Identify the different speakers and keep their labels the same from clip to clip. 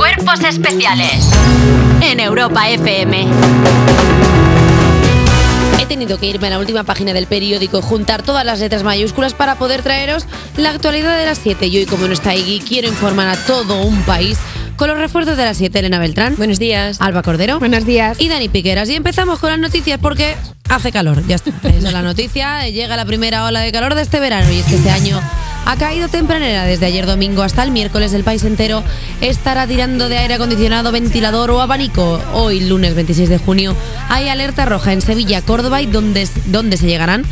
Speaker 1: Cuerpos especiales en Europa FM.
Speaker 2: He tenido que irme a la última página del periódico, juntar todas las letras mayúsculas para poder traeros la actualidad de las 7. Y hoy, como no está Iggy, quiero informar a todo un país con los refuerzos de las 7. Elena Beltrán. Buenos días. Alba Cordero. Buenos días. Y Dani Piqueras. Y empezamos con las noticias porque hace calor. Ya está. Esa es la noticia. Llega la primera ola de calor de este verano. Y es que este año ha caído tempranera desde ayer domingo hasta el miércoles. El país entero estará tirando de aire acondicionado, ventilador o abanico. Hoy, lunes 26 de junio, hay alerta roja en Sevilla, Córdoba y donde, donde se llegarán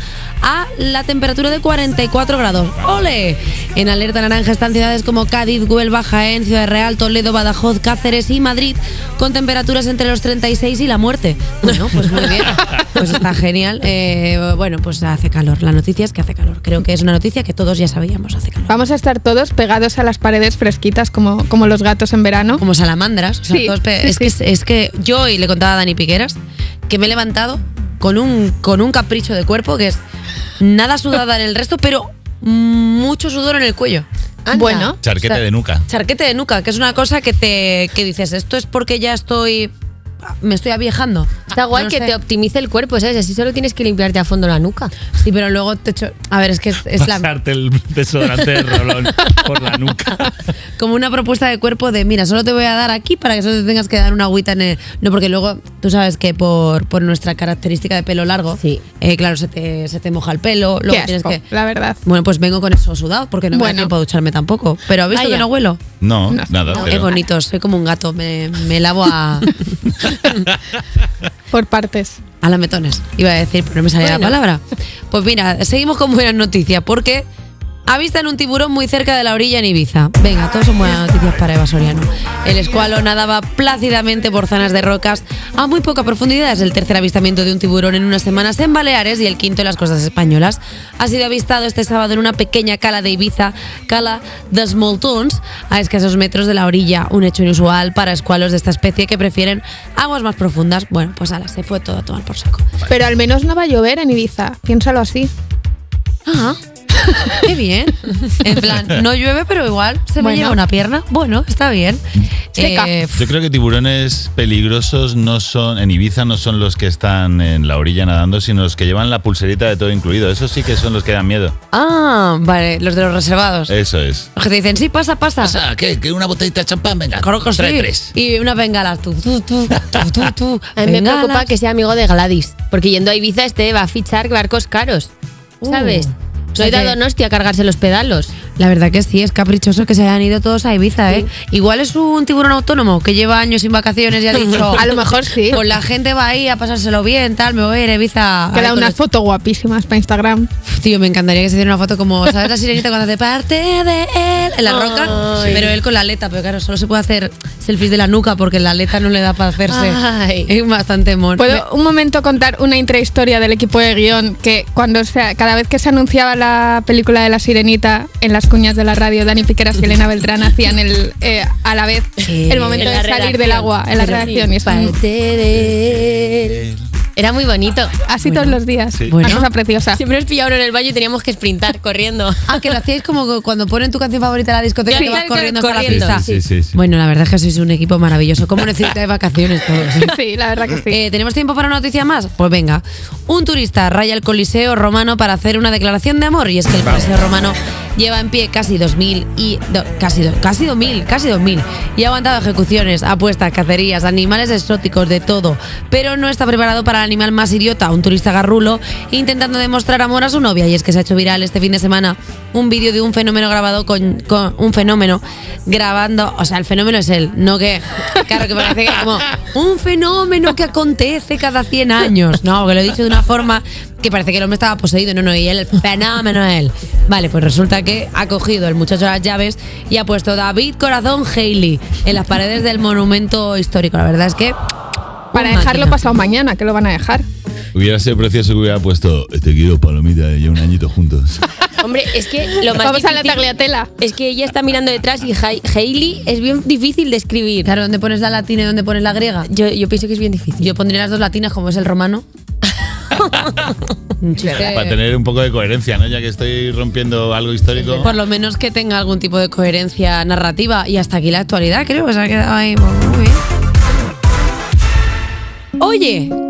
Speaker 2: a la temperatura de 44 grados. ¡Ole! En alerta naranja están ciudades como Cádiz, Huelva, Jaén, Ciudad Real, Toledo, Badajoz, Cáceres y Madrid con temperaturas entre los 36 y la muerte. Bueno, pues muy bien. Pues está genial. Eh, bueno, pues hace calor. La noticia es que hace calor. Creo que es una noticia que todos ya sabíamos hace calor.
Speaker 3: Vamos a estar todos pegados a las paredes fresquitas como, como los gatos en verano.
Speaker 2: Como salamandras. o sea,
Speaker 3: Sí,
Speaker 2: todos pe-
Speaker 3: sí,
Speaker 2: es, que,
Speaker 3: sí.
Speaker 2: es que yo hoy le contaba a Dani Piqueras que me he levantado con un, con un capricho de cuerpo que es nada sudada en el resto, pero mucho sudor en el cuello.
Speaker 3: Bueno.
Speaker 4: Charquete de nuca.
Speaker 2: Charquete de nuca, que es una cosa que te que dices, esto es porque ya estoy me estoy aviejando.
Speaker 5: Está guay
Speaker 2: No
Speaker 5: que
Speaker 2: sé.
Speaker 5: te optimice el cuerpo, ¿sabes? Así solo tienes que limpiarte a fondo la nuca.
Speaker 2: Sí, pero luego te echo- a ver, es que es, es la
Speaker 4: Pasarte el desodorante de rolón por la nuca.
Speaker 2: como una propuesta de cuerpo de, mira, solo te voy a dar aquí para que solo te tengas que dar una agüita en el... No, porque luego, tú sabes que por, por nuestra característica de pelo largo,
Speaker 5: Sí.
Speaker 2: eh, claro, se te, se te moja el pelo, luego
Speaker 3: Qué
Speaker 2: tienes
Speaker 3: asco,
Speaker 2: que...
Speaker 3: La verdad.
Speaker 2: Bueno, pues vengo con eso sudado, porque no me da
Speaker 3: Bueno.
Speaker 2: tiempo a ducharme tampoco. Pero ¿has visto
Speaker 5: Vaya.
Speaker 2: que no huelo?
Speaker 4: No,
Speaker 3: No,
Speaker 4: nada.
Speaker 2: No,
Speaker 4: cero.
Speaker 2: es bonito, soy como un gato, me, me lavo a,
Speaker 3: Por partes.
Speaker 2: a las metones, iba a decir, pero no me salía la palabra. Pues mira, seguimos con buenas noticias, porque avistan un tiburón muy cerca de la orilla en Ibiza. Venga, todos son buenas noticias para Eva Soriano. El escualo nadaba plácidamente por zonas de rocas a muy poca profundidad. Es el tercer avistamiento de un tiburón en unas semanas en Baleares y el quinto en las costas españolas. Ha sido avistado este sábado en una pequeña cala de Ibiza, cala de Smoltons, a escasos metros de la orilla. Un hecho inusual para escualos de esta especie que prefieren aguas más profundas. Bueno, pues ala, se fue todo a tomar por saco.
Speaker 3: Pero al menos no va a llover en Ibiza. Piénsalo así.
Speaker 2: Ah, qué bien. En plan, no llueve, pero igual se me
Speaker 3: Bueno.
Speaker 2: lleva una pierna. Bueno, está bien. Eh,
Speaker 3: Seca.
Speaker 2: f-
Speaker 4: Yo creo que tiburones peligrosos no son, en Ibiza no son los que están en la orilla nadando, sino los que llevan la pulserita de todo incluido. Esos sí que son los que dan miedo.
Speaker 2: ah, vale, los de los reservados.
Speaker 4: Eso es.
Speaker 2: Los que te dicen, sí, pasa, pasa.
Speaker 4: ¿qué? ¿Que una botellita de champán? Venga,
Speaker 2: Claro que sí. Y unas bengalas, tú, tú, tú, tú, tú, tú.
Speaker 5: A mí me
Speaker 2: bengalas.
Speaker 5: preocupa que sea amigo de Gladys, porque yendo a Ibiza este va a fichar barcos caros,
Speaker 2: Uh.
Speaker 5: ¿sabes?
Speaker 2: O
Speaker 5: no
Speaker 2: sea
Speaker 5: he dado
Speaker 2: que-
Speaker 5: Nosti a cargarse los pedalos.
Speaker 2: La verdad que sí, es caprichoso que se hayan ido todos a Ibiza, ¿eh? Igual es un tiburón autónomo que lleva años sin vacaciones y ha dicho...
Speaker 3: A lo mejor sí.
Speaker 2: Pues la gente va ahí a pasárselo bien, tal, me voy a ir a Ibiza. a ver
Speaker 3: Queda
Speaker 2: con
Speaker 3: unas
Speaker 2: los
Speaker 3: fotos guapísimas para Instagram.
Speaker 2: Uf, Tío, me encantaría que se hiciera una foto como, ¿sabes? La sirenita cuando hace parte de él en la roca, pero él con la aleta, pero claro, solo se puede hacer selfies de la nuca porque la aleta no le da para hacerse.
Speaker 5: Ay.
Speaker 2: Es bastante mono.
Speaker 3: ¿Puedo un momento contar una intrahistoria del equipo de guión? Que cuando se- cada vez que se anunciaba la película de La Sirenita en las cuñas de la radio, Dani Piqueras y Elena Beltrán hacían el, eh, a la vez
Speaker 2: Sí.
Speaker 3: el momento
Speaker 5: En
Speaker 3: de
Speaker 5: la
Speaker 3: salir
Speaker 5: redacción.
Speaker 3: del agua en la
Speaker 5: Pero-
Speaker 3: redacción. Y es un-
Speaker 5: Parte de él. Era muy bonito.
Speaker 3: así todos los días.
Speaker 2: Bueno.
Speaker 3: Una cosa preciosa.
Speaker 5: Siempre nos pillaron en el baño y teníamos que sprintar corriendo.
Speaker 2: Ah, que lo hacíais como cuando ponen tu canción favorita en la discoteca
Speaker 5: Sí,
Speaker 2: que vas
Speaker 5: claro,
Speaker 2: corriendo,
Speaker 5: corriendo.
Speaker 2: hasta la pista.
Speaker 4: Sí, sí, sí.
Speaker 2: Bueno, la verdad es que sois un equipo maravilloso. ¿Cómo necesitáis vacaciones todos?
Speaker 3: Sí, la verdad que sí.
Speaker 2: Eh, ¿Tenemos tiempo para una noticia más? Pues venga. Un turista raya el Coliseo romano para hacer una declaración de amor. Y es que el Coliseo romano lleva en pie casi 2.000 y... do- casi, do- casi 2.000, casi 2.000. Y ha aguantado ejecuciones, apuestas, cacerías, animales exóticos, de todo. Pero no está preparado para el animal más idiota, un turista garrulo, intentando demostrar amor a su novia. Y es que se ha hecho viral este fin de semana un vídeo de un fenómeno grabado con, con un fenómeno grabando... O sea, el fenómeno es él, no que... Claro, que parece que como un fenómeno que acontece cada 100 años. No, que lo he dicho de una forma que parece que el hombre estaba poseído. No, no, y él, el fenómeno es él. Vale, pues resulta que ha cogido el muchacho las llaves y ha puesto David Corazón Haley en las paredes del monumento histórico. La verdad es que.
Speaker 3: Para
Speaker 2: un
Speaker 3: dejarlo
Speaker 2: máquina.
Speaker 3: pasado mañana, que lo van a dejar.
Speaker 4: Hubiera sido precioso que hubiera puesto, te quiero palomita, y un añito juntos.
Speaker 5: Hombre, es que lo más
Speaker 3: Vamos a la
Speaker 5: difícil
Speaker 3: tagliatela.
Speaker 5: es que ella está mirando detrás y Ha- Hailey es bien difícil de escribir.
Speaker 2: Claro, ¿dónde pones la latina y dónde pones la griega?
Speaker 5: Yo, yo pienso que es bien difícil.
Speaker 2: Yo pondría las dos latinas como es el romano. Un chiste-
Speaker 4: Para tener un poco de coherencia, ¿no? Ya que estoy rompiendo algo histórico.
Speaker 2: Por lo menos que tenga algún tipo de coherencia narrativa. Y hasta aquí la actualidad, creo que se ha quedado ahí muy bien. Oye,